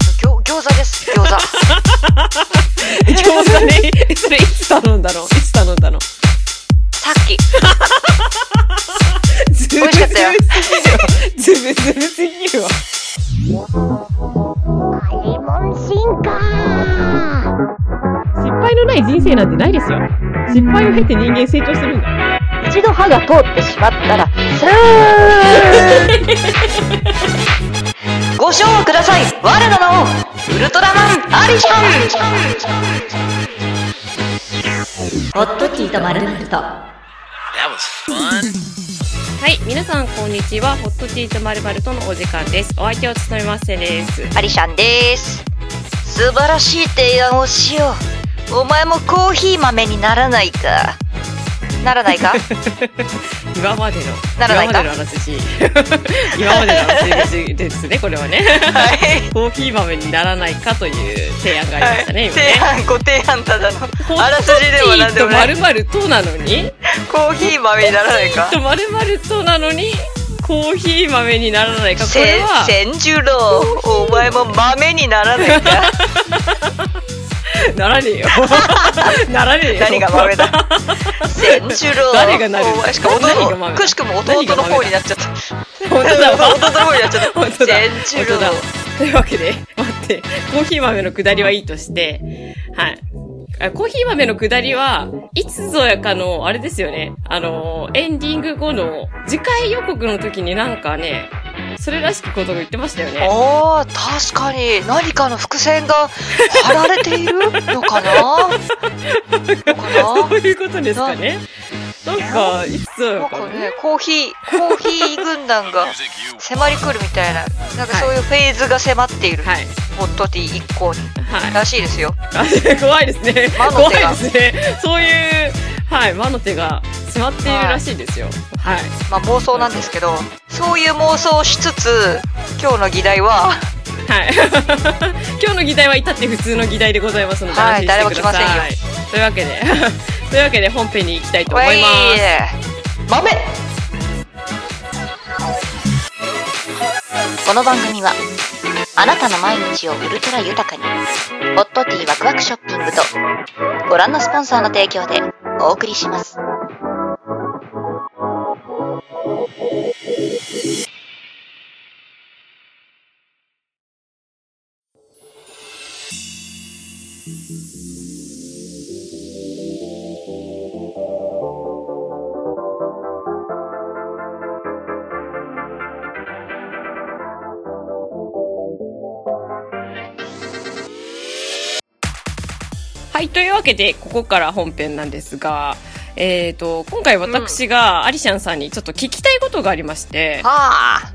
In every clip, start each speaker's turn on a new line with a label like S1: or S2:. S1: 餃子ね。
S2: 子です。餃子。
S1: えそれいつ頼んだのいつ頼んだの
S2: さっき。
S1: ズブズ
S2: 美
S1: ブ
S2: 味しかったよ
S1: すぎるわ。ズブズブすぎるわ。
S3: リモン進化
S1: 失敗のない人生なんてないですよ。失敗を経て人間成長するんだ。
S2: 一度歯が通ってしまったら、スーご賞をください我の名をウルトラマンアリシ
S4: ホットティーとまるまると。
S5: That was fun.
S6: はい、皆さんこんにちは。ホットティーとまるまるとのお時間です。お相手を務めますセレです。
S2: ャンアリシャンです。素晴らしい提案をしよう。お前もコーヒー豆にならないか。ならない か
S6: 今までの
S2: ならない
S6: 今
S2: か
S6: までの話 今までの話ですね。これはね、
S2: はい。
S6: コーヒー豆にならないかという提案がありましたね。今ね
S2: 提案、ご提案ただの。
S6: ホ
S2: あらすじでも
S6: ッ
S2: 何
S6: ト
S2: で
S6: ティーと
S2: も
S6: ま
S2: ない。
S6: るまるとなのに、
S2: コーヒー豆にならないか
S6: と。まるまるとなのにコーヒー豆にならないかこれ
S2: せ
S6: は
S2: 千十 郎、お前も豆にならないか。
S6: なら ねえよ。ならねえよ。
S2: 何が豆だ千十郎
S6: 誰がなる
S2: お前しかも
S6: 何が豆
S2: 弟
S6: だ
S2: くしくも弟の方になっちゃった
S6: 本当だわ。
S2: 弟の方になっち ゃった
S6: 本当だ
S2: 千十
S6: 本当だ
S2: 郎
S6: というわけで、待って、コーヒー豆のくだりはいいとして、はい。あコーヒー豆のくだりは、いつぞやかの、あれですよね。あの、エンディング後の、次回予告の時になんかね、それらしきことを言ってましたよね。
S2: あー確かに何かの伏線が張られているのか なのか
S6: そういうことですかね。なんか、いつぞ
S2: なな
S6: や
S2: ん
S6: か
S2: か
S6: のね。
S2: ねコーヒーコーヒー軍団が
S5: Music you
S2: 迫り来るみたいななんかそういうフェーズが迫っている、
S6: はい。
S2: ホットティー一行に
S6: はい。
S2: らしいですよ
S6: あ 怖いですね。
S2: 魔の
S6: 怖い
S2: 手が
S6: ですね。そういう、はい、魔の手が詰まっているらしいですよ。はい。
S2: まあ妄想なんですけどそういう妄想をしつつ今日の議題は
S6: はい。 今日の議題は至って普通の議題でございますので、
S2: はい
S6: 安心してください
S2: 誰も来
S6: というわけで、 というわけで本編に行きたいと思いま
S2: わい豆
S4: この番組は、あなたの毎日をウルトラ豊かに、ホットティーワクワクショッピングと、ご覧のスポンサーの提供でお送りします。
S6: す。はい、というわけで、ここから本編なんですが、えー、と今回私がアリシャンさんにちょっと聞きたいことがありまして、
S2: はあ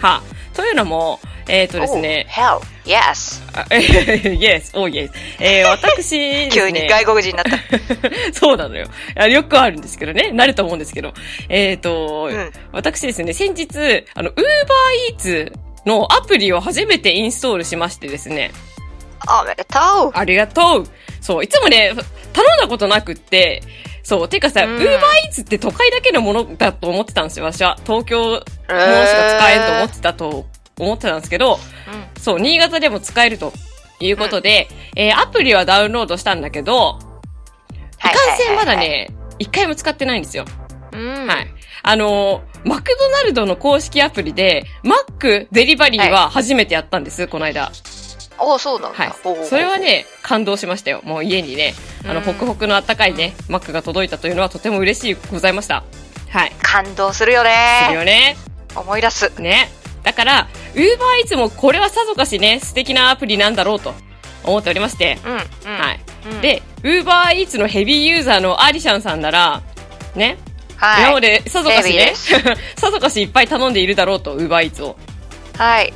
S6: はというのも、えーとですね、
S2: Oh, hell yes
S6: あ Yes, oh yes、えー、私です ね、
S2: 急に外国人になった、
S6: そうなのよ。あよくあるんですけどね。慣れと思うんですけど。えっ、と、
S2: うん
S6: 私ですね、先日、あの、Uber Eats のアプリを初めてインストールしましてですね。
S2: おめでとう
S6: ありがとうそう、いつもね、頼んだことなくって、そう、てかさ、
S2: うん
S6: Uber Eats って都会だけのものだと思ってたんですよ、私は。東京のしか使えんと思ってたと思ってたんですけど、そう、新潟でも使えるということで、えーアプリはダウンロードしたんだけど、いかんせんまだね、一回も使ってないんですよ。
S2: うん
S6: はい。あのーマクドナルドの公式アプリで、マックデリバリーは初めてやったんです、この間。
S2: あそうなんだ、
S6: はい
S2: おうおうお。う
S6: それはね、感動しましたよ。もう家にね、あ
S2: う
S6: の、
S2: ん
S6: ホクホクのあったかいね、マックが届いたというのはとても嬉しいございました。はい。
S2: 感動するよ
S6: する
S2: ね
S6: よね。
S2: 思い出す
S6: ね。だから、ウーバーイーツもこれはさぞかしね、素敵なアプリなんだろうと思っておりまして。
S2: うんうん、
S6: はい。
S2: うん、
S6: で、ウーバーイーツのヘビーユーザーのアリシャンさんなら、ね、
S2: はい
S6: 今までさぞかし
S2: ヘビー
S6: ね
S2: で、
S6: さぞかしいっぱい頼んでいるだろうと、ウーバーイーツを。
S2: はい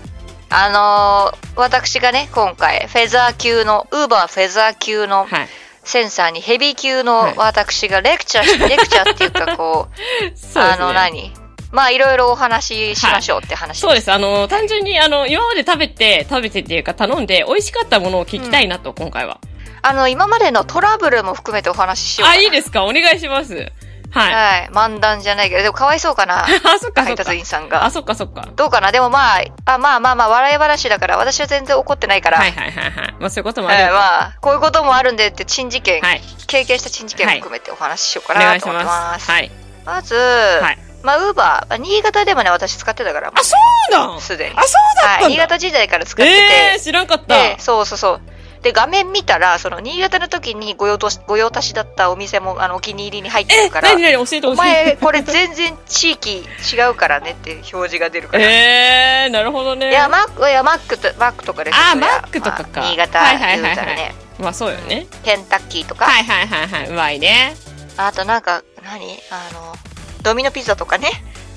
S2: あのー私がね今回フェザー級のウーバーフェザー級の
S6: はい。
S2: センサーにヘビー級
S6: は
S2: の
S6: い
S2: 私がレクチャー し、レクチャーっていうかこう
S6: そうで
S2: あ
S6: す
S2: の
S6: ね。
S2: 何まあいろいろお話ししましょうって話、
S6: そうです。あの、単純に、あの、今まで食べて、食べてっていうか、頼んで、美味しかったものを聞きたいなと、今回は。
S2: あの今までのトラブルも含めてお話ししよう
S6: あ、いい
S2: す
S6: ですかお願いします。はい。
S2: はい。漫談じゃないけど、でもかわいそうかな。
S6: あ、そっかそ
S2: 配
S6: っか
S2: 達。員さん
S6: あ、
S2: が。
S6: そっかそっか。
S2: どうかなでもまあ、あ、まあまあまあ、笑い話だから、私は全然怒ってないから。
S6: はいはいはいはい。まあそういうこともある
S2: え
S6: よ
S2: ーまあ、こういうこともあるんでって、珍事件、
S6: はい。
S2: 経験した珍事件も含めてお話ししよう
S6: お
S2: か
S6: 願
S2: ない
S6: し
S2: と思って
S6: ま。
S2: ますす。
S6: はい。
S2: まず、
S6: はい
S2: まあ、ウーバー、新潟でもね、私使ってたから、も
S6: あ、そうなん
S2: うすでに。
S6: あ、そうだったんだ
S2: はい、新潟時代から使ってて、
S6: えー、知らんかった。
S2: で、そうそうそう。で、画面見たら、その、新潟の時にご用としご用達だったお店も、あの、お気に入りに入ってるから
S6: な、になに教えて
S2: お
S6: 教え
S2: 前、
S6: て。
S2: これ全然地域違うからねって表示が出るから。
S6: えー、なるほどね。
S2: いや、マック、いや、マックと、マックとかです
S6: あー
S2: そりゃ
S6: マックとかか
S2: まあ新潟
S6: はいはいはいはい
S2: 言うたらね、
S6: まあそうよね。
S2: ケンタッキーとか、
S6: はいはいはいはい。うまいね。
S2: あとなんか、何あの、ドミノピザとかね。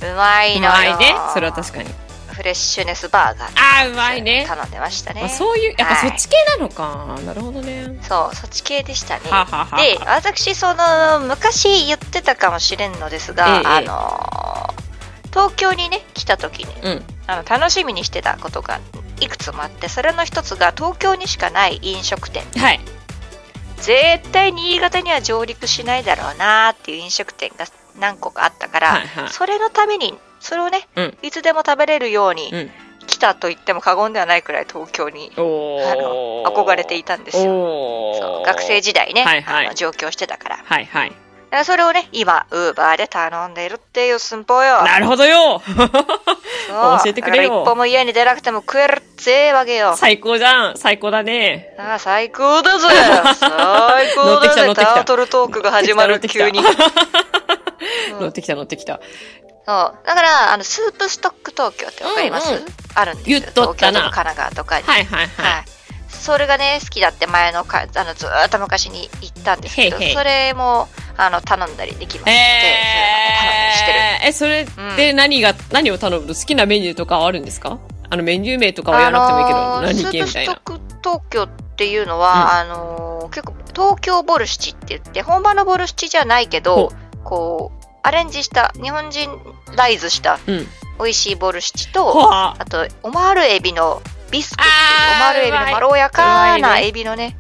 S2: うまいのよ。
S6: うまいね。それは確かに。
S2: フレッシュネスバーガー。
S6: あー、うまいね。
S2: 頼んでましたね。
S6: まあ、
S2: そう
S6: そういう、やっぱ
S2: は
S6: そ
S2: い
S6: っち系なのか。なるほどね。
S2: そっち系でしたね。
S6: はあはあはあ
S2: で、私、その、昔言ってたかもしれんのですが、
S6: ええ
S2: あの東京にね、来た時に、
S6: うん
S2: あの楽しみにしてたことがいくつもあって、それの一つが東京にしかない飲食店。
S6: はい。
S2: 絶対新潟には上陸しないだろうなーっていう飲食店が何個かあったから、
S6: はいはい
S2: それのためにそれをね、
S6: うん
S2: いつでも食べれるように
S6: うん
S2: 来たと言っても過言ではないくらい東京に
S6: お
S2: あの憧れていたんですよ。
S6: おー
S2: そう学生時代ね、
S6: はいはい
S2: あの上京してたからだか
S6: はいはい。
S2: らそれをね今ウーバーで頼んでいるっていう寸法よ
S6: なるほどよ
S2: そう
S6: 教えてくれよ
S2: だから一歩も家に出なくても食えるぜわけよ
S6: 最高じゃん最高だね
S2: ああ最高だ ぜ最高だ
S6: 乗
S2: ぜ
S6: ってきた乗ってきた
S2: タートルトークが始まる
S6: 乗ってきた
S2: 急に
S6: 乗ってき
S2: う
S6: た
S2: ん
S6: 乗ってきた乗ってきた。
S2: そう。だから、あの、スープストック東京ってわかります、
S6: うんうん
S2: あるんですよ。
S6: 言っとったな
S2: 東京とか神奈川とかに。
S6: はいはいはい。
S2: はいそれがね、好きだって前のか、あの、ずーっと昔に行ったんですけど、
S6: へいへい
S2: それも、あの、頼んだりできますので、そういうのね
S6: えー、え、それで何が、何を頼むの好きなメニューとかはあるんですかあのメニュー名とかは言わなくてもいいけど、
S2: 頼んで
S6: 何
S2: る。
S6: 系
S2: ス
S6: みたい
S2: ー
S6: な。
S2: プストック東京っていうのは、あのー、結構、東京ボルシチって言って、本場のボルシチじゃないけど、こう、アレンジした、日本人ライズした、
S6: うん。
S2: 美味しいボルシチと、
S6: ほわ
S2: あと、オマールエビのビスクっていう
S6: あー
S2: オマールエビ
S6: うま
S2: の
S6: い
S2: まろやか
S6: うま
S2: ない
S6: ね
S2: エビのね、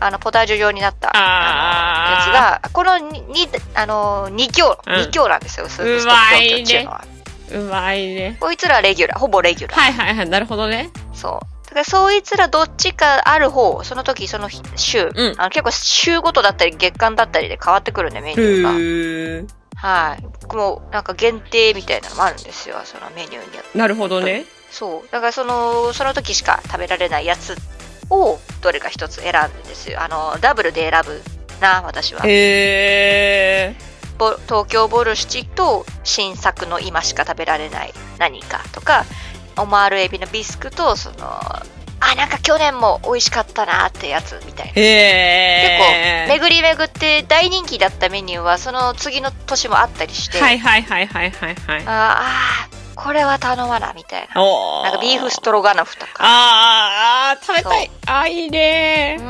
S2: あの、ポタージュ状になった、
S6: あー
S2: あのやつが、このににあの、2強、
S6: うん
S2: 二強なんですよ、スープストック東京っていうのは。
S6: うまいね。
S2: こいつらレギュラー、ほぼレギュラー。
S6: はいはいはい、なるほどね。
S2: そう。だから、そいつらどっちかある方、その時、その日週、
S6: うん
S2: あの結構週ごとだったり、月間だったりで変わってくるんで、メニ
S6: ふ
S2: ューが。
S6: ー。
S2: はい。僕もう、なんか限定みたいなのもあるんですよ、そのメニューによって
S6: なるほどね。
S2: そうだからそのその時しか食べられないやつをどれか一つ選ぶんですよあのダブルで選ぶな私は
S6: へー。
S2: ボ東京ボルシチと新作の今しか食べられない何かとかオマールエビのビスクとそのあなんか去年も美味しかったなってやつみたいな
S6: へー。
S2: 巡り巡って大人気だったメニューはその次の年もあったりして、
S6: はいはいはいはいはいは
S2: あ
S6: い。
S2: ーあーこれは頼まなみたいな
S6: おー
S2: なんかビーフストロガノフとか
S6: あーあー、食べたい
S2: そ。
S6: あー、いいね
S2: うん、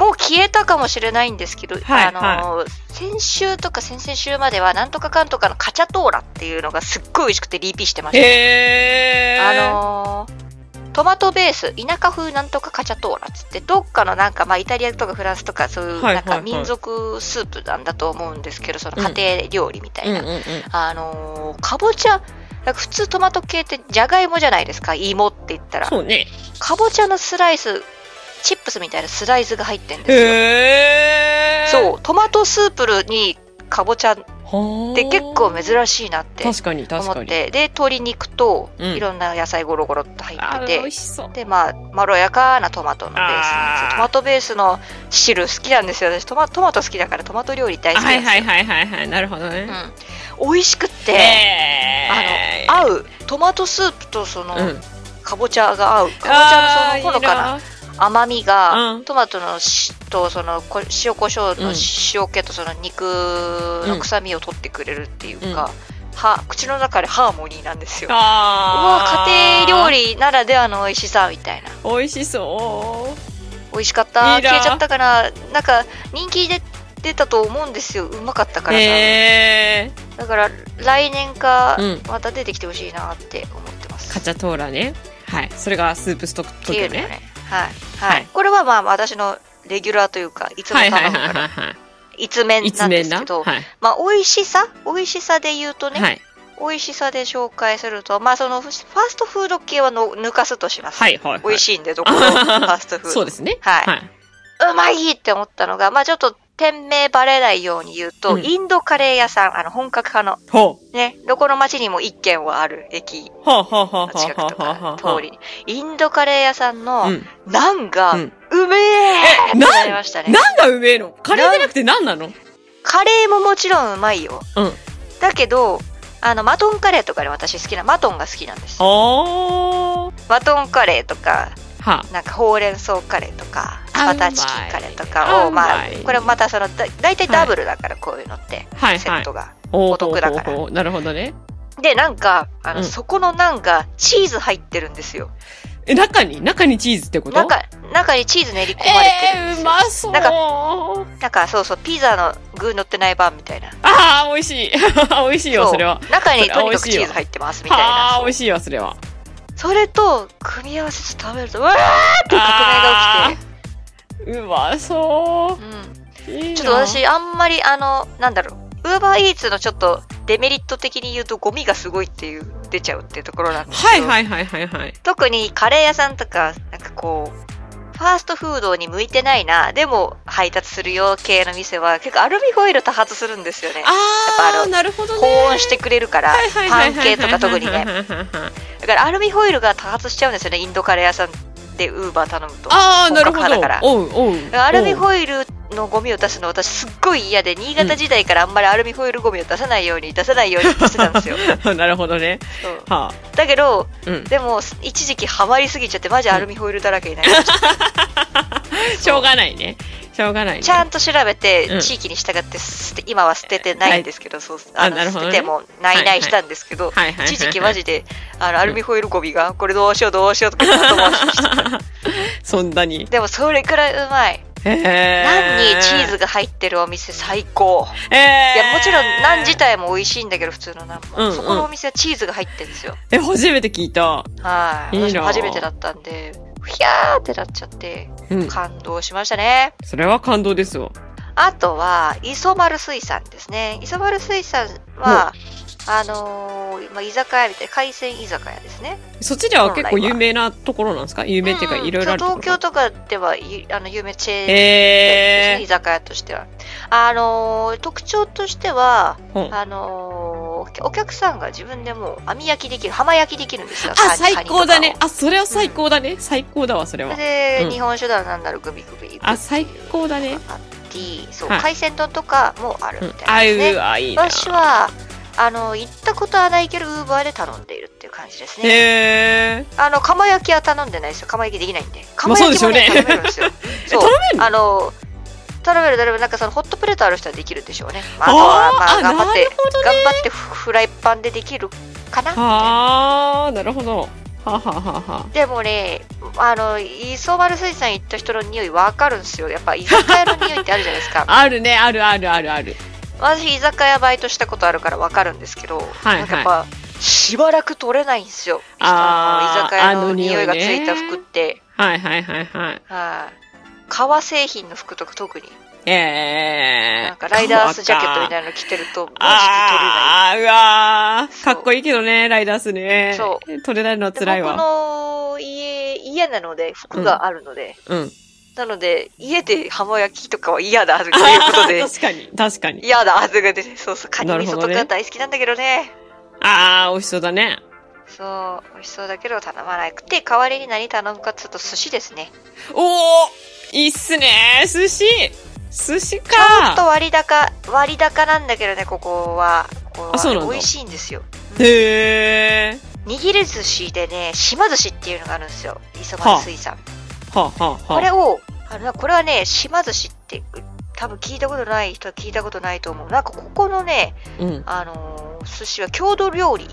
S2: もう消えたかもしれないんですけど、
S6: はい
S2: あの先週とか先々週まではなんとかかんとかのカチャトーラっていうのがすっごい美味しくてリピしてました、
S6: へー。
S2: あのートマトベース田舎風なんとかカチャトーラっつってどっかのなんか、まあ、イタリアとかフランスとかそういう
S6: はい
S2: なん
S6: はい
S2: か
S6: はい
S2: 民族スープなんだと思うんですけど、その家庭料理みたいな、
S6: うんうんうん。
S2: あのーかぼちゃなんか普通トマト系ってじゃがいもじゃないですか芋って言ったら
S6: そうね。
S2: かぼちゃのスライスチップスみたいなスライスが入ってるんですよ
S6: へー。
S2: そう、トマトスープルにかぼちゃっ
S6: はー
S2: て結構珍しいなって
S6: 確かに確
S2: 思っ
S6: かに。
S2: て、で、鶏肉と
S6: うん
S2: いろんな野菜ゴロゴロっと入
S6: あ
S2: って
S6: ー、美
S2: て、
S6: 味しそう。
S2: で、まあ、まろやかなトマトのベースなんですよ
S6: あー
S2: トマトベースの汁好きなんですよ。私トマ、トマト好きだからトマト料理大好きなん
S6: は
S2: で
S6: い
S2: すよ。
S6: はいはいはいはい。なるほどね。
S2: うん、美味しくって、
S6: へー
S2: 合う、トマトスープとその、
S6: うん。
S2: かぼちゃが合う。かぼち
S6: あ
S2: ゃ
S6: ー
S2: のそのほのかな。
S6: いい
S2: 甘み
S6: う
S2: が
S6: ん
S2: トマトのしとそのこ塩コショウの
S6: うん
S2: 塩気とその肉の臭みを取ってくれるっていうか、は口の中でハーモニーなんですよ。うわ
S6: あ
S2: 家庭料
S6: 理。
S2: 理ならではの美味しさみたいな
S6: 美味しそう。
S2: 美味しかった
S6: いいな
S2: 消えちゃったかななんか人気で出たと思うんですようまかったからな、
S6: へー。
S2: だから来年か
S6: うん
S2: また出てきてほしいなって思ってます、
S6: カチャトーラね。はい。それがスープストック
S2: って
S6: 東
S2: い
S6: 京
S2: うのが
S6: ね。
S2: ねはい、はい
S6: はい
S2: これはまあ私のレギュラーというかいつも
S6: はい
S2: 頼む
S6: は
S2: か
S6: いは
S2: ら、
S6: いはいはい。
S2: 一面
S6: 一
S2: なんで
S6: 面
S2: す
S6: な。
S2: けど、
S6: はい。
S2: まあ、美味しさ美味しさで言うとね、
S6: はい。
S2: 美味しさで紹介すると、まあ、そのファーストフード系はの抜かすとします。
S6: はい。はい。
S2: 美味
S6: い。
S2: しいんで、どこのファーストフード。
S6: そうですね。
S2: はい
S6: はい。
S2: うまいって思ったのが、まあ、ちょっと店名バレないように言うと、
S6: うん
S2: インドカレー屋さん、あの、本格派の、
S6: ほう。
S2: ね、どこの町にも一軒はある駅
S6: ほうほうほ
S2: の
S6: うほう
S2: 近く
S6: ほう
S2: と
S6: ほうほ
S2: か
S6: う。
S2: 通りに、インドカレー屋さん
S6: う
S2: の、
S6: ん。
S2: ナンが、
S6: う
S2: うんめえ
S6: え
S2: ってなりましたね。
S6: なんがうめえのカレーじゃなくて何なの
S2: カレーももちろんうまいよ。
S6: うん
S2: だけど、あの、マトンカレーとかで私好きな、マトンが好きなんです。
S6: おー。
S2: マトンカレーとか、
S6: は
S2: なんかほうれん草カレーとか、
S6: あ
S2: バターチキンカレーとか
S6: う
S2: を、
S6: ま
S2: まあ
S6: い、
S2: これまたその、だ大体
S6: はい
S2: ダブルだから、こういうのって、
S6: はい
S2: セ
S6: は
S2: ッ
S6: い
S2: ト。が。
S6: おー
S2: お得だから
S6: ほうほうほうなるほどね。
S2: で、なんか、あの、
S6: うん
S2: そこのなんか、チーズ入ってるんですよ。
S6: え、中に中にチーズってこと
S2: 中、中にチーズ練り込まれてるんで
S6: え
S2: す
S6: ー、
S2: よ。
S6: うまそう。
S2: なんか
S6: あ
S2: なんか、そうそう、ピザの具乗ってない版みたいな。
S6: あー、美味しい。 美味しいよ、
S2: そう
S6: それは。
S2: 中にとにかく
S6: それは美味しい
S2: チ
S6: よ
S2: ーズ入ってますみたいな。
S6: ああー、美味しいよ、それは。
S2: それと、組み合わせて食べると、うわーっていう
S6: あ
S2: 革
S6: ー
S2: 命が起きて。うん。
S6: うまそう。いいな
S2: ちょっと。私、あんまり、あの、なんだろう。ウーバーイーツのちょっとデメリット的に言うとゴミがすごいっていう出ちゃうっていうところなんです
S6: は
S2: け
S6: い
S2: ど、
S6: はいはいはいはい。
S2: 特にカレー屋さんとかなんかこうファーストフードに向いてないなでも配達するよ系の店は結構アルミホイル多発するんですよねやっぱ
S6: あ
S2: あ
S6: あ、
S2: の
S6: なるほどね。
S2: 保温してくれるから
S6: はいはいは
S2: パ
S6: い
S2: ン
S6: はいはい
S2: 系
S6: は
S2: と
S6: い
S2: か特にねだからアルミホイルが多発しちゃうんですよねインドカレー屋さんでウーバー頼むと
S6: ああ、なるほ
S2: 本格派だから
S6: ど。おうおう。
S2: アルミ
S6: イ
S2: ホイルのゴミを出すの私すっごい嫌で新潟時代からあんまりアルミホイルゴミを出さないように出さないようにってしてたんですよ
S6: ル。 なるほどね。
S2: そう
S6: は
S2: だけど
S6: あ。うん。
S2: でも一時期ハマりすぎちゃってマジアルミホイルだらけになりました
S6: しょうがないね。しょうがないね。
S2: ちゃんと調べて、
S6: うん
S2: 地域に従って捨て今は捨ててないんですけど、そうあの
S6: なるほど
S2: 捨
S6: ね
S2: ててもないないしたんですけど、
S6: はいはいはいはい
S2: 一時期マジであのアルミホイルゴミが、これどうしようどうしようとかずっと思ってま した
S6: そんなに。
S2: でもそれくらいうまい、
S6: へえ。
S2: ナンにチーズが入ってるお店最高
S6: ええ。
S2: いやもちろんナン自体も美味しいんだけど普通のナンも、
S6: うんうん
S2: そこのお店はチーズが入ってるんですよ
S6: え、初めて聞いた。
S2: はい
S6: いい
S2: 私
S6: な
S2: も初めてだったんでひゃーってなっちゃって
S6: うん。
S2: 感動しましたね
S6: それは感動ですよ。
S2: あとは、磯丸水産ですね。磯丸水産は、あのーまあ、居酒屋みたいな、海鮮居酒屋ですね。
S6: そっちでは結構有名なところなんですか有名っていうか、
S2: うん
S6: いろいろあるとこ
S2: そう
S6: ろ。
S2: 東京とかでは、ゆあの、有名チェーン店ですね、
S6: へ
S2: 居
S6: え。
S2: 酒屋としては。あのー特徴としては、
S6: うん
S2: あのーお客さんが自分でもう網焼きできる、浜焼きできるんですよ。カ
S6: あ、
S2: ニ
S6: 最高だね。。
S2: カニとか
S6: あ、それは最高だね。最高だわ、それ
S2: を
S6: は
S2: そ。れで、
S6: うん
S2: 日本酒だろ、なんだろう、グビグビ。
S6: あ、最高だね。
S2: あって、そう、
S6: はい
S2: 海鮮丼とかもある
S6: う
S2: み
S6: ん
S2: た
S6: あ、
S2: いです、ね
S6: うわ、いいな。
S2: 私はあの行ったことはないけどウーバーで頼んでいるっていう感じですね
S6: へえ。
S2: あの釜焼きは頼んでないですよ釜焼きできないんで
S6: まあ
S2: 釜
S6: そう
S2: 焼
S6: で
S2: き
S6: しょ
S2: も
S6: う
S2: ね
S6: ね
S2: 頼めるんですよ そう
S6: 頼めるの
S2: あの頼める頼めるなんかそのホットプレートある人はできるんでしょうね、まあ、あとは
S6: あー、あ、
S2: まあ頑張
S6: な
S2: って
S6: るほどね。
S2: 頑張ってフフライパンでできるかなみたいな
S6: はあ、なるほど。はあ、はあはあは
S2: でもねあの磯丸水産行った人の匂いわかるんですよやっぱ居酒屋の匂いってあるじゃないです か
S6: あ、あるね、あるあるあるある。
S2: 私居酒屋バイトしたことあるからわかるんですけど、
S6: はいはい
S2: なんかやっぱしばらく取れないんですよ
S6: あー
S2: 人の居酒屋
S6: あの
S2: の
S6: 匂
S2: 匂
S6: い
S2: い
S6: ね
S2: がついた服って、
S6: はいはいはいはい。
S2: はい革製品の服とか特に
S6: ええ。
S2: なんかライダースジャケットみ
S6: いな。
S2: たいなの着てるとマジで取れない
S6: ああ、うわー
S2: そ
S6: か
S2: う
S6: っこいいけどね、ライダースね。。
S2: そう
S6: 取れないのは
S2: で
S6: 辛いわ。
S2: 僕の家家なので服があるので、
S6: うん。
S2: なので家で浜焼きとかは嫌だというこ
S6: あ
S2: と
S6: ー
S2: で
S6: 確かに、確かに。
S2: 嫌だということでそうそうカニ
S6: なる
S2: 味
S6: ほ
S2: 噌
S6: ど
S2: と
S6: ね
S2: か大好きなんだけどね
S6: ああ、美味しそうだね。
S2: そう美味しそうだけど頼まなくて代わりに何頼むかっていうと寿司ですね
S6: おおいいっすね寿司寿
S2: ち
S6: 司
S2: ょっと
S6: か
S2: 割高、割高なんだけどね、ここは。ここ
S6: あそうなん
S2: は
S6: だ
S2: 美味しいんですよ。
S6: へえ。
S2: 握り寿司でね、島寿司っていうのがあるんですよ。磯丸水産。
S6: はあ、はあ、
S2: こ
S6: は
S2: れを、あのこれはね、島寿司って、多分聞いたことない人は聞いたことないと思う。なんかここのね、
S6: あ。うん。
S2: あのー寿司は郷土料理っ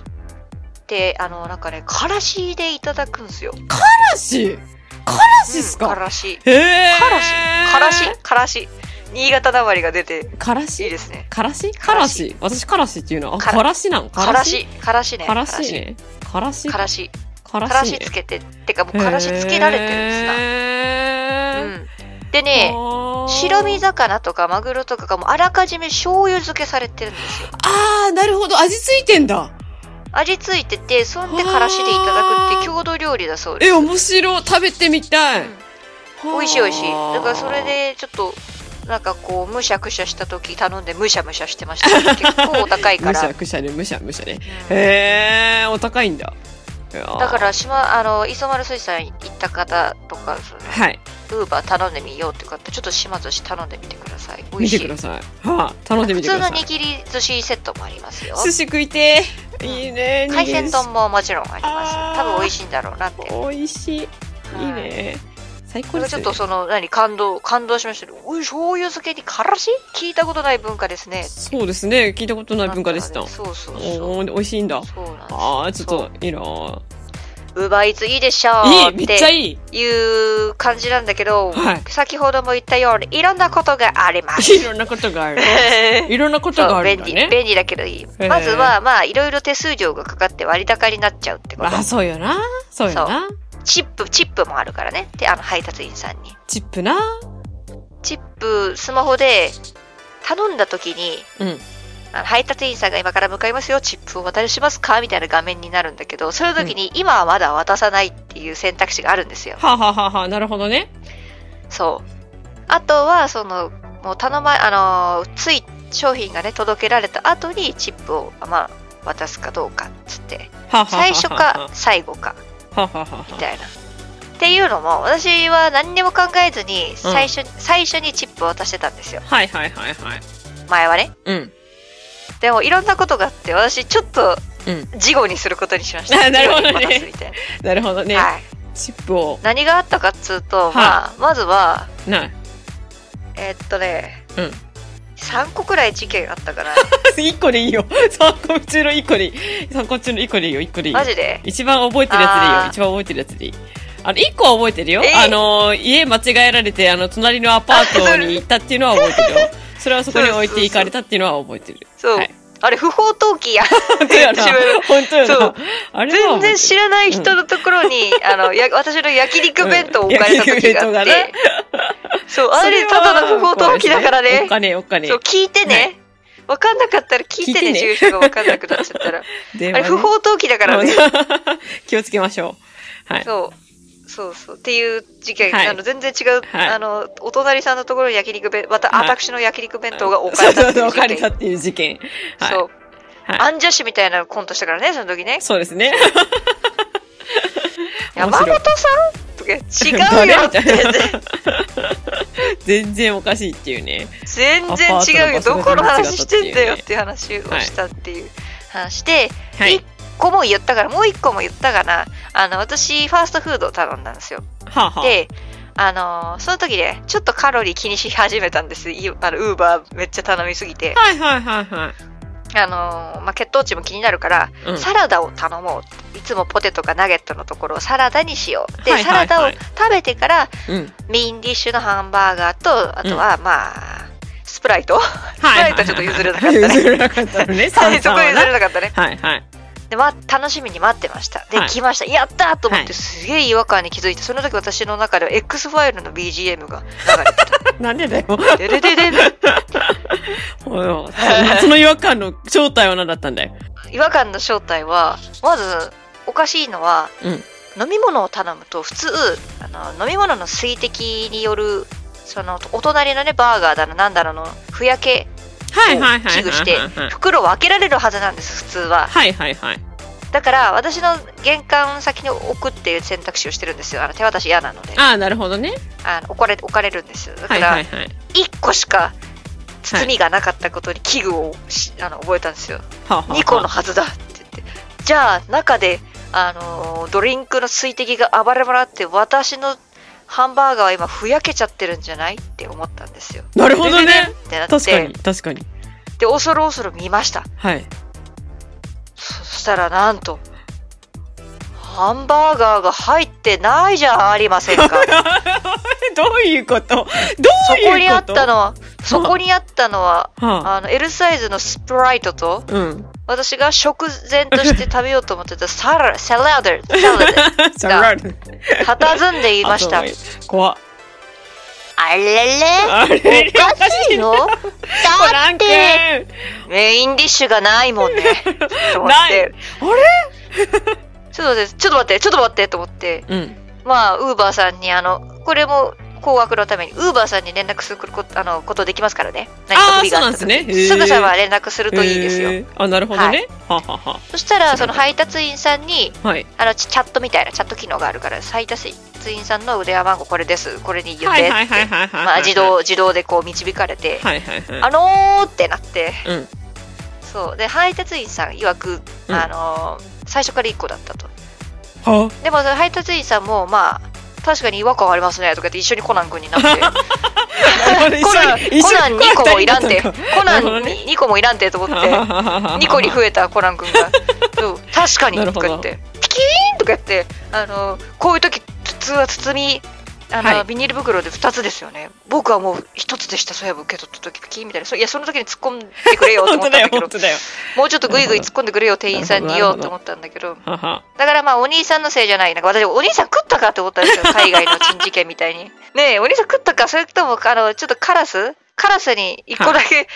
S2: て、あの、なんかね、からしでいただくんですよ。
S6: からしからしっす
S2: うん
S6: か
S2: からし。
S6: へえ。
S2: からしからしからし。新潟だまりが出て、
S6: から
S2: いい
S6: し
S2: ですね。
S6: からしか
S2: からら
S6: し
S2: し
S6: 私、からしっていうの。あ、
S2: か
S6: からしなん
S2: からし。からしね。
S6: からしね。からし。
S2: からし。
S6: から
S2: から
S6: し
S2: し
S6: ね
S2: つけてってかもうからしつけられてるんですな、
S6: へ
S2: う
S6: ー
S2: ん、でね白身魚とかマグロとかがもうあらかじめ醤油漬けされてるんですよ。
S6: あー、なるほど。味ついてんだ。
S2: 味ついてて、そんでからしでいただくって郷土料理だそうで
S6: え、
S2: す。
S6: 面白い。食べてみたい。
S2: うん
S6: はー
S2: 美味しい美味しい。だからそれ。でちょっと、なんかこう、むしゃくしゃした時頼んでむしゃむしゃしてました。結構お高いか
S6: むし
S2: ら。
S6: ゃくしゃね、むしゃむしゃね。
S2: うん
S6: へえ、お高いんだ。だ
S2: だから、島、あの、磯丸水産行った方とか、その
S6: はい。
S2: ウーバー頼んでみようって方、ちょっと島寿司頼んでみてください。美味
S6: 見
S2: しい。
S6: てください。はい。頼んでみてくださ
S2: 普
S6: い。
S2: 通の握り寿司セットもありますよ。
S6: 寿司食いてー。いいね。
S2: 海鮮丼ももちろんあり
S6: あ
S2: ま
S6: ー
S2: す。多分美味しいんだろうなって。
S6: も。美味しい。いいね。最高
S2: なんか
S6: です
S2: ちょ
S6: ね
S2: っとその、何、感動、感動しました。おい、醤油漬けにからし聞いたことない文化ですね。
S6: そうですね。聞いたことない文化でした。
S2: そうそうそう。
S6: おー、美味しいんだ。
S2: そうなんです
S6: あー、ちょっといいなー
S2: ウーバーイーツいいでしょ
S6: いい、
S2: う
S6: め
S2: っ
S6: っちゃ
S2: て
S6: いい。
S2: いう感じなんだけど、
S6: はい
S2: 先ほども言ったようにいろんなことがあります。
S6: いろんなことがあ る。いろんなことが
S2: そ
S6: あ
S2: う
S6: る
S2: 便
S6: んだ
S2: 利
S6: ね。
S2: 便利だけどいい
S6: へ。ー
S2: まずは、まあ、いろいろ手数料がかかって割高になっちゃうってこと。
S6: あ、そうよな。そうよな。
S2: チップ、チップもあるからね。で、あの、配達員さんに。
S6: チップな。
S2: チップ、スマホで頼んだ時に、
S6: うん
S2: あの配達員さんが今から向かいますよ、チップを渡しますかみたいな画面になるんだけど、その時に今はまだ渡さないっていう選択肢があるんですよ。
S6: はあ、はあはあはあ、なるほどね。
S2: そう。あとは、その、もう頼ま、あのーつい商品がね、届けられた後にチップを、まあ、渡すかどうかっつ って、
S6: はあはあはあはあ
S2: 最初か。最後か。
S6: はあはあはあ
S2: みたいな。っていうのも私は何にも考えずに最初,、最初にチップを渡してたんですよ
S6: はいはいはいはい。
S2: 前はね
S6: うん。
S2: でもいろんなことがあって私ちょっと
S6: う
S2: 事後にすることにしまし
S6: あ
S2: た
S6: なるほど
S2: 事後に
S6: ね
S2: 渡すみたい
S6: なるほどね
S2: な。はい、
S6: チップを。
S2: 何があったかっつうと、
S6: い
S2: まあ、まずは
S6: な
S2: えーっとね、
S6: うん
S2: 3個くらい事件あった かな
S6: 1個でいいよ。3個中の1個でいい。3個中の1個でいいよ。1個でいいよ
S2: マ。ジで
S6: 一番覚えてるやつでいいよ
S2: あ。ー
S6: 一番覚えてるやつでいい。あの、1個は覚えてるよ
S2: え。ー
S6: あの、家間違えられて、あの、隣のアパートに行ったっていうのは覚えてるよ。それはそこに置いて行かれたっていうのは覚えてる。
S2: そう、
S6: はい
S2: あれ不法投棄や
S6: 本当やな
S2: 自分。
S6: 本当や
S2: そ
S6: な
S2: う。
S6: あれは
S2: 全
S6: 覚え
S2: 然
S6: て
S2: 知
S6: る。
S2: らない人のところに、あのや私の焼肉弁当を置かれた時があって、
S6: うん焼
S2: そうあれただの不法投棄だから
S6: お
S2: ね
S6: 金、お金
S2: そう。聞いてね、わかんなかったら聞いてね
S6: 聞いてね
S2: 住所がわかんなくなっちゃった ら
S6: 電
S2: あ
S6: 話
S2: れ
S6: ね
S2: 不法投棄だからね
S6: 気をつけましょう。はい。
S2: そうそうそうっていう事件、
S6: はい
S2: あの全然違う、
S6: はい
S2: あのお隣さんのところに焼肉弁また、
S6: はい
S2: 私の焼肉弁当が置かれ
S6: そ
S2: た
S6: う
S2: って
S6: そう
S2: い
S6: そうう、置かれ
S2: 事
S6: た
S2: 件
S6: っていう事件。はい。
S2: そう、
S6: はい
S2: アンジャッシュみたいなコントしたからねその時ね
S6: そうですね。面
S2: 山
S6: 白い
S2: 本さんとか違うよって
S6: 誰みたいな全然おかしいっていうね。
S2: 全然違うよ
S6: アパート
S2: ど
S6: の場所
S2: こ
S6: が
S2: の
S6: 間違った
S2: 話
S6: っ
S2: して
S6: いう
S2: て
S6: ね
S2: んだよっていう話をしたっていう話で、
S6: は
S2: 一
S6: い。
S2: 個も言ったからもう一個も言ったかなあの私ファーストフードを頼んだんですよ
S6: はあ、はあ。
S2: であのーその時ねちょっとカロリー気にし始めたんですいあのウーバーめっちゃ頼みすぎて
S6: はいはいはいは
S2: あのーまあ、血糖値も気になるから、
S6: い。うん
S2: サラダを頼もうっていつもポテトかナゲットのところをサラダにしようで、
S6: はいはいはい
S2: サラダを食べてから
S6: うん。
S2: メインディッシュのハンバーガーとあとは、まあスプライト
S6: はい。
S2: スプライトちょっと譲れなかったね
S6: 譲れなかったのね。
S2: は
S6: 三
S2: い、そ
S6: 三
S2: こ
S6: は
S2: 譲れ
S6: な
S2: なかったね。
S6: はいはい。
S2: で、ま、楽しみに待ってました。で、
S6: はい
S2: 来ました。やったーと思っ
S6: はい
S2: て、すげえ違和感に気づいて、その時私の中では X ファイルの BGM が流れて
S6: なんでだよ。
S2: た。ででででで
S6: お いおいその違和感の正体は何だったんだよ。
S2: 違和感の正体は、まず、おかしいのは、
S6: うん
S2: 飲み物を頼むと、普通、あの飲み物の水滴による、その、お隣のね、バーガーだの、なんだろうの、ふやけ、
S6: はいはいはい。
S2: 危惧して
S6: はい
S2: 袋を開けられるはずなんです、普通は。
S6: はいはいはい。
S2: だから、私の玄関先に置くっていう選択肢をしてるんですよ。あの手渡し嫌なので。
S6: ああ、なるほどね。
S2: あの置かれ置かれるんですだ
S6: は
S2: か
S6: いは
S2: ら
S6: いはい。
S2: 1個しか包みがなかったことに器具をしあの覚えたんですよ
S6: はあはあ
S2: 2個のはずだって言ってじゃあ中で、あのードリンクの水滴が暴れ回って私のハンバーガーは今ふやけちゃってるんじゃないって思ったんですよ
S6: なるほどね。
S2: ってなっ
S6: 確かに
S2: て
S6: 確かに。
S2: で恐る恐る見ました
S6: はい。
S2: そしたらなんとハンバーガーが入ってないじゃありません か
S6: どういうことどう
S2: そ
S6: いうこと
S2: こにあった
S6: の
S2: の はそこにあったのは
S6: はあ、
S2: あの L サイズのスプライトと
S6: うん。
S2: 私が食前として食べようと思ってたサラサラダサラ ダ
S6: じゃあ、
S2: 佇んでいました
S6: あ。と。怖っ。
S2: ああれれ
S6: あれ
S2: おかし いよ
S6: コ
S2: だ
S6: ナ
S2: っ
S6: ン
S2: て
S6: 君
S2: メインディッシュがないもんね。と思っ
S6: ない
S2: て。ちょっと待って、ちょっと待って、ちょっと待ってと思って。
S6: うん
S2: まあ、ウーバーさんに、あの、これも、高額のために、ウーバーさんに連絡すること、あの、ことできますからね。何か
S6: あー
S2: 不備があった
S6: そうなん
S2: 時
S6: ですねへー
S2: すぐさま連絡するといいですよ。
S6: えーあなるほどねははは
S2: そしたら、その配達員さんに、
S6: はい
S2: あの、チチャットみたいなチャット機能があるから、配達員さんの腕輪番号これです、これに言っ
S6: は
S2: てって、
S6: いはいはいはいはい
S2: まあ、自動、自動でこう導かれて、
S6: はいはいはい
S2: あのーってなって、
S6: うん
S2: そうで配達員さん曰く、
S6: うん
S2: あのー最初から1個だったと
S6: は
S2: でもその配達員さんもまあ確かに違和感ありますねとか言って一緒にコナン君になってコナンコナン2個もいらんてコナン
S6: なるほどね
S2: 2個もいらんてと思って2
S6: 2
S2: 個に増えたコナン君 が「そう確かに」と
S6: なるほ
S2: か
S6: ど
S2: 言って「ピキーン!」とか言ってあのーこういう時普通は包みあのー、
S6: はい
S2: ビニール袋で2つですよね僕はもう1つでしたそういえば受け取った時ピキーンみたいなそういやその時に突っ込んでくれよと思
S6: 本
S2: っ
S6: 当
S2: た
S6: だ
S2: ん
S6: よ
S2: だけど
S6: 本当だよ
S2: もうちょっとグイグイ突っ込んでくれよ、店員さんに言おうと思ったんだけど。
S6: はは
S2: だからまあ、お兄さんのせいじゃない。なんか私、お兄さん食ったかって思ったん ですよ。海外の珍事件みたいに。ねえ、お兄さん食ったかそれとも、あの、ちょっとカラスカラスに一個だけ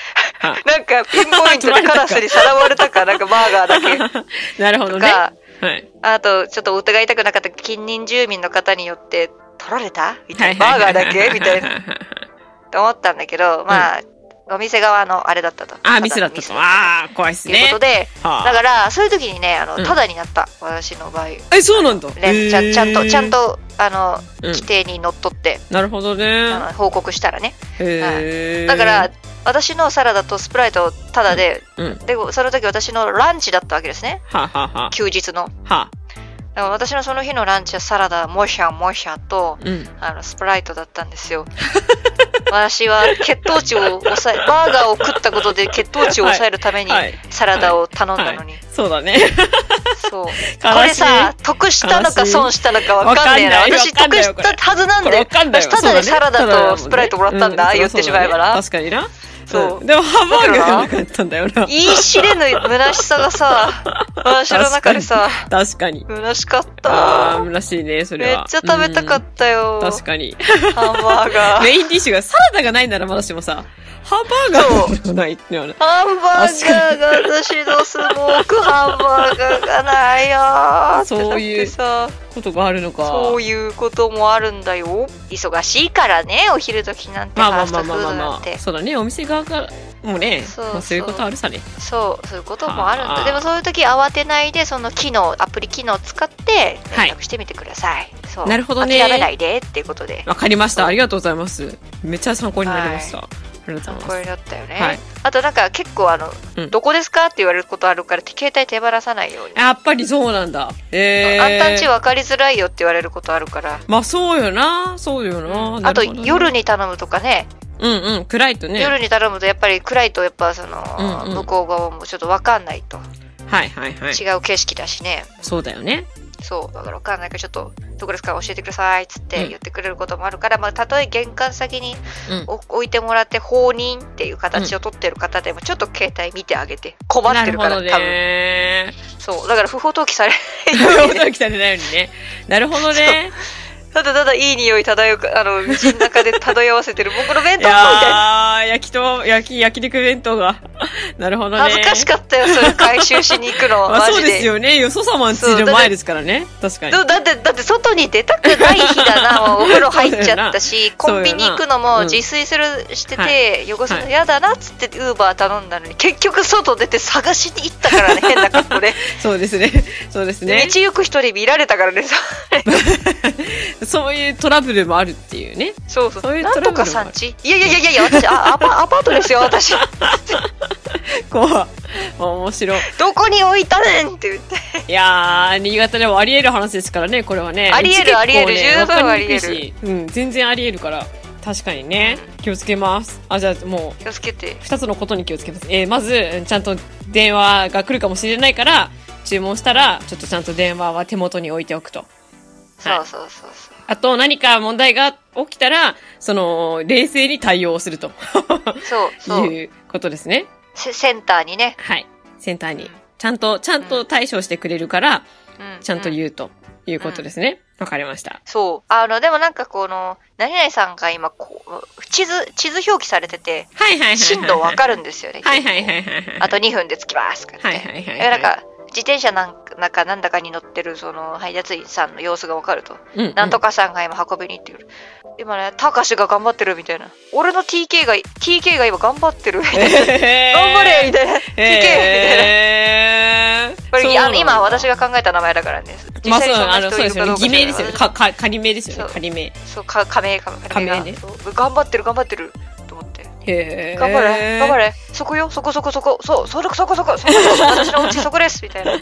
S6: は、
S2: なんかピンポイントでカラスにさらわれた か、なんかバーガーだけ。
S6: なるほ
S2: と
S6: どねは
S2: か、
S6: い
S2: あと、ちょっと疑いたくなかった近隣住民の方によって、取られたみた
S6: はいい
S2: な。バーガーだ
S6: はい
S2: け
S6: はい
S2: みたいな。と思ったんだけど、まあ、お店側のあれだったと。
S6: あーミスだったとあー怖いっす
S2: というこ
S6: ね
S2: とで、
S6: はあ
S2: だからそういう時にねあの、
S6: うん
S2: ただになった私の場合
S6: えそうなんだ
S2: ねちゃんちゃんとちゃんとあの、
S6: うん
S2: 規定にのっとって、
S6: なるほど
S2: あ
S6: ね
S2: の報告したらね
S6: へー
S2: だから私のサラダとスプライトをただで、
S6: うん
S2: でその時私のランチだったわけですね
S6: ははは
S2: 休日の
S6: は
S2: だから私のその日のランチはサラダモシャモシャと
S6: うん
S2: あのスプライトだったんです よ私は血糖値を抑えバーガーを食ったことで血糖値を抑えるために
S6: はい
S2: サラダを頼んだのに、
S6: そうだね
S2: そう
S6: 悲しい
S2: これさ得したのか
S6: 悲しい
S2: 損したのかわかんねえな
S6: わかんない
S2: 私
S6: わか
S2: 得
S6: んない
S2: し
S6: よ
S2: たはずなん
S6: これわ
S2: で
S6: かんない
S2: 私
S6: わ
S2: ただで
S6: そうね
S2: サラダと
S6: ただね
S2: スプライトもらったんだ
S6: う
S2: 言ってしまえばな
S6: そうだね確かにな
S2: そうん
S6: でもハンバーガーがなかったんだよな
S2: 言い知れぬ虚しさがさ私の中でさ
S6: 確かに
S2: 虚しかっ
S6: ああ
S2: た
S6: 虚しいねそ
S2: め
S6: れ
S2: っ
S6: は
S2: ちゃ食べたか
S6: た
S2: ったよ
S6: 確かに
S2: ハンバー ガー
S6: メインディッシュがサラダがないならまだしもさハンバーガーがないっていうのはね
S2: ハンバーガーが私のスモークハンバーガーがないよーってな
S6: そう
S2: っ
S6: い
S2: て
S6: う
S2: さ
S6: ことがあるのか
S2: そういうこともあるんだよ忙しいからねお昼時なんてフ
S6: まあま
S2: ァ
S6: あ
S2: ース
S6: ま
S2: ト
S6: あ
S2: フー
S6: まあ
S2: ド
S6: まあ
S2: な
S6: ま
S2: んて
S6: あそうだねお店側からもね
S2: そう
S6: まあそういうことあるさね
S2: そうそういうこともあるん
S6: は
S2: だ
S6: あ
S2: でもそういう時慌てないでその機能アプリ機能を使って
S6: はい
S2: 連絡してみてください、そう
S6: なるほどね
S2: 諦めないでっていうことで
S6: わかりまし
S2: そ
S6: た
S2: う
S6: ありがとうございますめっちゃ参考になりました、ありがと
S2: 参
S6: うご
S2: 考
S6: ざい
S2: になったよね、
S6: はい
S2: あとなんか結構あの、
S6: うん
S2: どこですかって言われることあるから携帯手放さないように、
S6: ますやっぱりそうなんだえー、
S2: あんたんち分かりづらいよって言われることあるから
S6: まあそうよなそうよな,、
S2: あと
S6: なるほどね
S2: 夜に頼むとかね
S6: うんうん暗いとね
S2: 夜に頼むとやっぱり暗いとやっぱその、
S6: うんうん
S2: 向こう側もちょっと分かんないと、
S6: はいはいはい
S2: 違う景色だしね
S6: そうだよね
S2: そう、だからわかんないから、ちょっと、どこですか教えてくださいっつって言ってくれることもあるから、まあ、たとえ玄関先に
S6: うん
S2: お置いてもらって、放任っていう形を取ってる方でも、ちょっと携帯見てあげて、困ってるか
S6: な
S2: ら、
S6: るほど
S2: 多分。
S6: ね
S2: そう、だから不法投棄され
S6: なる ほど汚いようにねなるほどね
S2: ただただいい匂い漂うか、あの、道の中で漂わせてる、僕の弁
S6: い
S2: 当みたいな。
S6: やー焼きと焼き焼肉弁当が なるほどね
S2: 恥ずかしかったよ、それ回収しに行くの、
S6: まあ、
S2: マ
S6: そ
S2: ジ
S6: うです
S2: で。
S6: よねよそ様についる前ですからね確かに
S2: だだって、だって外に出たくない日だ な、もうお風呂入っちゃったし、
S6: そ
S2: コ
S6: うだよ
S2: ン
S6: な
S2: ビニ行くの
S6: う
S2: も
S6: ん
S2: 自炊するしてて、汚すの嫌だなっつってウーバー頼んだのに、結局外出て探しに行ったから ね、変な格好で。
S6: そうですね そうです
S2: で
S6: ね
S2: 道行く人に見られたからね、
S6: そういうトラブルもあるっていうね
S2: そうそう。
S6: そういう
S2: な
S6: トラブ
S2: ん
S6: ル
S2: と
S6: もあ
S2: か産
S6: る
S2: 地いやいやいやいやいや、私、あアパアパートですよ、 私。
S6: こう面白い
S2: どこに置いたねんって言って。
S6: いやー新潟でもありえる話ですからねこれはね
S2: ありえる
S6: うち結構
S2: ありえる
S6: ね
S2: 十分
S6: わかにくい
S2: あり
S6: しうん全然ありえるから確かにね気をつけますあじゃあもう
S2: 気をつけて。
S6: 2つのことに気をつけます、えーまずうんちゃんと電話が来るかもしれないから注文したらちょっとちゃんと電話は手元に置いておくと
S2: そうそうそうそう。
S6: あと何か問題が起きたらその冷静に対応すると
S2: そうそう。
S6: いうことですね
S2: セセンターにね。
S6: はいセンターにちゃんとちゃんと対処してくれるから
S2: う
S6: ちゃんと
S2: う。
S6: 言うということですね。わ、かりました。
S2: そう。あの、でもなんかこの、何々さんが今こう、地図、地図表記されてて、
S6: はいはいはいはい。
S2: 進路わかるんですよね。
S6: はいはいはいはいはい。
S2: あと2分で着きますとか言
S6: は
S2: っ
S6: い
S2: て。
S6: はいはい
S2: だからな
S6: は。
S2: いんか、自転車なんかなんかなんだかに乗ってるその配達員さんの様子がわかると、
S6: うんうん
S2: なんとかさんが今運びに行ってくる今ねたかしが頑張ってるみたいな俺の TK が TK が今頑張ってるみたいな
S6: 頑
S2: 頑張
S6: 張
S2: れみたいな TK みたいな
S6: えー、
S2: これあの今私
S6: が
S2: が考えた名前だからね
S6: まあそうあのそうです
S2: かどう
S6: よね
S2: か
S6: 偽名ですよね
S2: 知ら
S6: かか仮名ですよ
S2: そ
S6: ね
S2: う
S6: 仮名
S2: ないそうか仮名仮名
S6: 仮名ね
S2: そう頑張ってる頑張ってると思って
S6: へー
S2: 頑張れ頑張れそこよそこそこそこそうそこそこそこそこそこ私 のお家そこですみたいない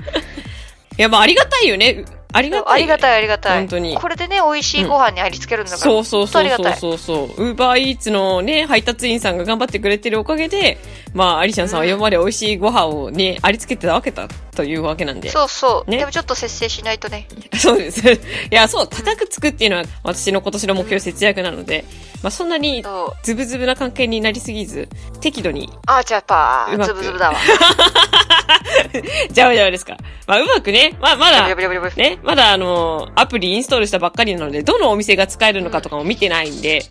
S6: やまあありがたいよねありがたい
S2: ありが
S6: い
S2: たいありがたい
S6: 本当に
S2: これでね美味しいご飯にありつけるんだから、
S6: そうそうそ
S2: 本当あ
S6: う
S2: り
S6: そ
S2: が
S6: う
S2: たい
S6: そうそうウーバーイーツのね配達員さんが頑張ってくれてるおかげでまあアリシャンさんは今まで美味しいご飯をねありつけてたわけだというわけなんで
S2: そうそう、
S6: ね
S2: でもちょっと節制しないとね
S6: そうです。いや、そう、高くつくっていうのは私の今年の目標節約なので、まあそんなに
S2: そう
S6: ズブズブな関係になりすぎず、適度に、
S2: あーじゃあやっぱ
S6: うまく
S2: ズブズブだわ
S6: じゃあじゃあですか。まあうまく ね、まあま
S2: ブリ
S6: だ
S2: ブ、リブリブリ
S6: ね、まだあの、アプリインストールしたばっかりなので、どのお店が使えるのかとかも見てないんで、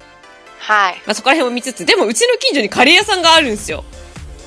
S2: はい
S6: まあそこら辺も見つつ、でもうちの近所にカレー屋さんがあるんですよ。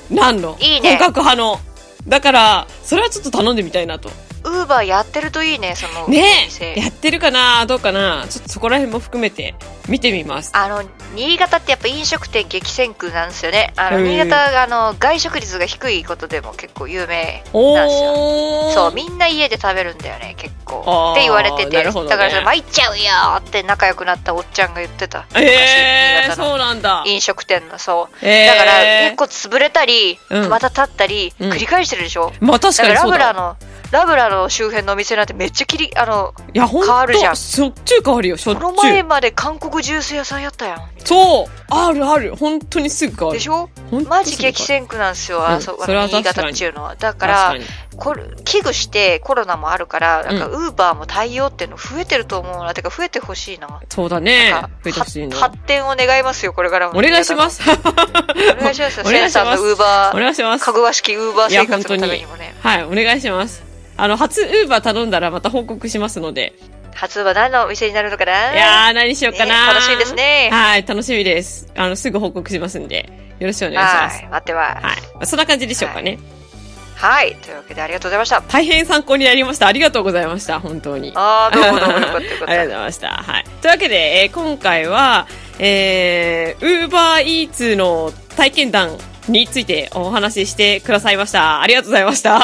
S6: なんの
S2: いいね
S6: 本格派の。だから、それはちょっと頼んでみたいなと。
S2: ウーバーやってるといいねその
S6: ね
S2: お店
S6: えやってるかなどうかなちょっとそこら辺も含めて見てみます。
S2: あの新潟ってやっぱ飲食店激戦区なんですよねあの
S6: うん
S2: 新潟があの外食率が低いことでも結構有名
S6: お
S2: なんですよ
S6: ー。
S2: そうみんな家で食べるんだよね結構
S6: あー
S2: って言われてて、
S6: な
S2: だ
S6: るほどね
S2: からそれ参っちゃうよーって仲良くなったおっちゃんが言ってた昔新
S6: ええー、
S2: 潟の
S6: そうなんだ。
S2: 飲食店のそう
S6: えー
S2: だから結構潰れたり、
S6: うん
S2: また立ったり、
S6: うん
S2: 繰り返してるでしょ、
S6: まあ確
S2: だから
S6: かに
S2: ラ
S6: そう
S2: ブラ
S6: だ。
S2: のラブラの周辺のお店なんてめっちゃきりあの
S6: いや、ほん
S2: 変わるじゃん
S6: と、しょっちゅう変わるよ、しょっ
S2: この
S6: ちゅ
S2: 前
S6: う。
S2: まで韓国ジュース屋さんやったやん
S6: そう、あるある、本当にすぐ変わる。
S2: でしょ
S6: ほんと
S2: マ
S6: す
S2: ジ
S6: ぐ変わる
S2: 激戦区なんですよ、あ
S6: うん
S2: そあ
S6: それ
S2: の
S6: は
S2: 新
S6: 確かに
S2: 潟っていうのはだか
S6: 確からに。
S2: これ危惧してコロナもあるからなんか
S6: う
S2: ウーバーも対応っていうの増えてると思うなてか増えてほしいな
S6: そうだね
S2: なんか。
S6: 増えてほしい
S2: は
S6: な。
S2: 発展を願いますよこれからも
S6: お願いします。
S2: お願いしますよ
S6: お願
S2: セ
S6: い
S2: ン
S6: し
S2: さん
S6: ま
S2: の
S6: す
S2: ウーバ
S6: お
S2: ー
S6: 願いします
S2: か。ぐわしきウーバー生活のためにもね
S6: はい、お願いします。あの、初ウーバー頼んだらまた報告しますので。
S2: 初は何のお店になるのかない
S6: やー、何しようかな、
S2: ね楽しみですね
S6: はい、楽しみです。あの、すぐ報告しますんで、よろしくお願いしま
S2: は
S6: す。
S2: い待ってます
S6: はい。まあそんな感じでしょうかね。
S2: はいというわけでありがとうございました
S6: 大変参考になりました。ありがとうございました。本当に。
S2: ああどう もどうもよかった
S6: ありが
S2: よかっ
S6: とうござい
S2: た
S6: ました。はい。というわけで、えー今回は、えー、Uber Eats の体験談についてお話ししてくださいました。ありがとうございました。
S2: は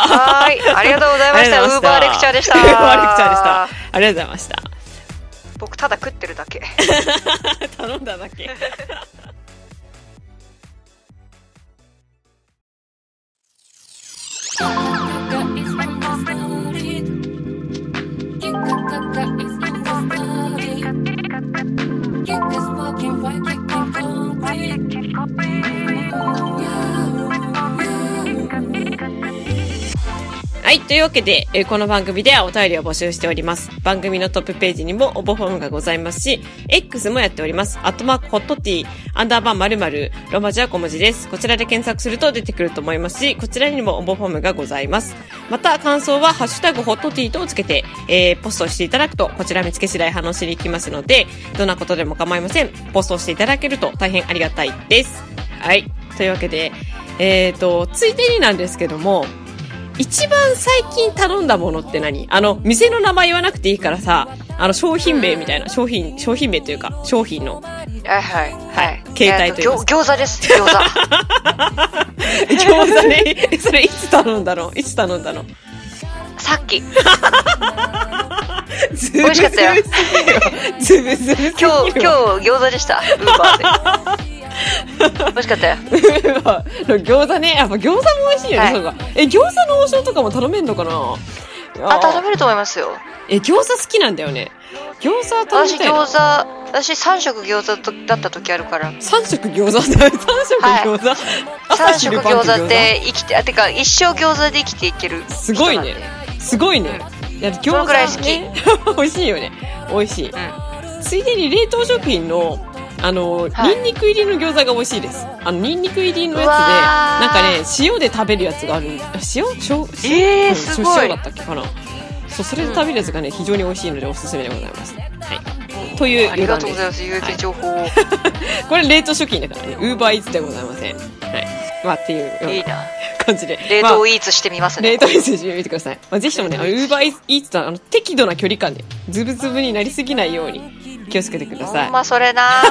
S2: ーいありがとうございましたウー
S6: ありがとうござ
S2: バー
S6: い
S2: レ
S6: ま
S2: ク
S6: し
S2: チャー
S6: た
S2: でした
S6: Uber レクチャーでした。ありがとうございました。
S2: 僕ただ食ってるだけ
S6: 頼んだだけ。はい。というわけで、えーこの番組ではお便りを募集しております。番組のトップページにも応募フォームがございますし、X もやっております。アットマークホットティー、アンダーバー〇〇、ローマ字は小文字です。こちらで検索すると出てくると思いますし、こちらにも応募フォームがございます。また、感想は、ハッシュタグホットティーとつけて、えーポストしていただくと、こちら見つけ次第反応しに行きますので、どんなことでも構いません。ポストしていただけると大変ありがたいです。はい。というわけで、えっ、と、ついでになんですけども、一番最近頼んだものって何あの、店の名前言わなくていいからさ、あの、商品名みたいな、商品、商品名というか、商品の。
S2: はいはいはい
S6: 携帯と言います
S2: えー餃餃子です餃子
S6: 餃 子ね。それいつ頼んだのいつ頼んだの
S2: さっき
S6: ズ
S2: 美
S6: ブ
S2: 味しかっ
S6: ズブす
S2: たよ
S6: ぎるよ。ズブズブすぎる
S2: 今 日今日餃子でしたウーバー で美味しかったよ
S6: 餃子ね。やっぱ餃子も美味しいよね、
S2: はい
S6: そうか。え、餃子の王将とかも頼めんのかな
S2: あ頼
S6: め
S2: めると思いますよ
S6: え、餃子好きなんだよね。餃子は頼
S2: 私
S6: みたいな
S2: 餃。子私3食餃子とだった時あるから
S6: 三食餃子三食餃子、朝
S2: 3食
S6: 昼
S2: 餃
S6: 晩と
S2: 子って生きてあてか一生餃子で生きていける
S6: すごいね
S2: 人なんで。
S6: すごいね。いや、
S2: そ
S6: 餃
S2: の
S6: 子
S2: くらい
S6: ね、 美味しいよね。美味しい。ついでに冷凍食品の、あの、
S2: はい
S6: ニンニク入りの餃子が美味しいです。あの、ニンニク入りのやつで、
S2: うわー
S6: なんかね、塩で食べるやつがある。塩しょ塩
S2: えー
S6: うん
S2: すごい
S6: 塩だったっけかな。そう、それで食べるやつがね、非常に美味しいのでおすすめでございます。はい。という
S2: あり
S6: 余
S2: が
S6: 談
S2: とう
S6: で。
S2: ございますす。有益情報を。
S6: これ冷凍食品だからね、ウーバーイーツではございません。はい。まあっていうようない
S2: いな。
S6: 感じで。
S2: 冷
S6: まあ
S2: 凍イーツしてみますね。
S6: 冷凍イーツしてみてください。まあ、ぜひともね、ウーバーイーツとはあの適度な距離感で、ズブズブになりすぎないように気をつけてくださ
S2: ほ
S6: い
S2: ん。まそれな。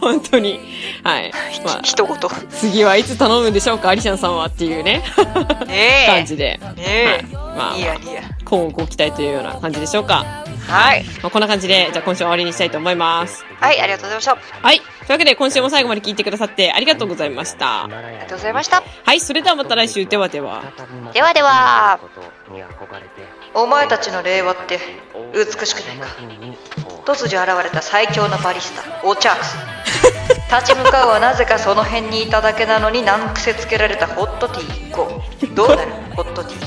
S6: 本当に。 はい。まあ、
S2: 一言。
S6: 次はいつ頼むんでしょうか、アリシャンさんはっていうね、感
S2: ね
S6: じで。
S2: え。ね
S6: まあ
S2: え。い、やいや。
S6: こうご期待というような感じでしょうか。
S2: はい。
S6: まあ、こんな感じで、じゃあ今週は終わりにしたいと思います。
S2: はい、ありがとうございました。
S6: はい。というわけで、今週も最後まで聞いてくださってありがとうございました。
S2: ありがとうございました。
S6: はい。それではまた来週。ではでは。
S2: ではでは。お前たちの令和って 美しくないか。突如現れた最強のバリスタ、お茶。立ち向かうはなぜかその辺にいただけなのに難癖つけられたホットティー1個。どうなるホットティー。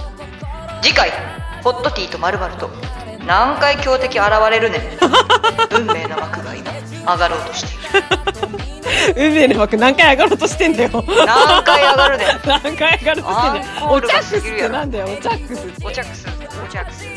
S2: 次回、ホットティーと〇〇と。何回強敵現れるねん。運命の幕が今、上がろうとしている。
S6: 運命の枠何回上がろうとしてんだよ。
S2: 何回上がるねん。
S6: 何回上がろうとしてん
S2: ア
S6: だよ。
S2: ンコー
S6: お
S2: ル
S6: チャ
S2: が
S6: ック
S2: 過
S6: スっ
S2: ぎる
S6: て
S2: やろ
S6: なんだよ。おチャックスって。
S2: お茶くす、お茶くす。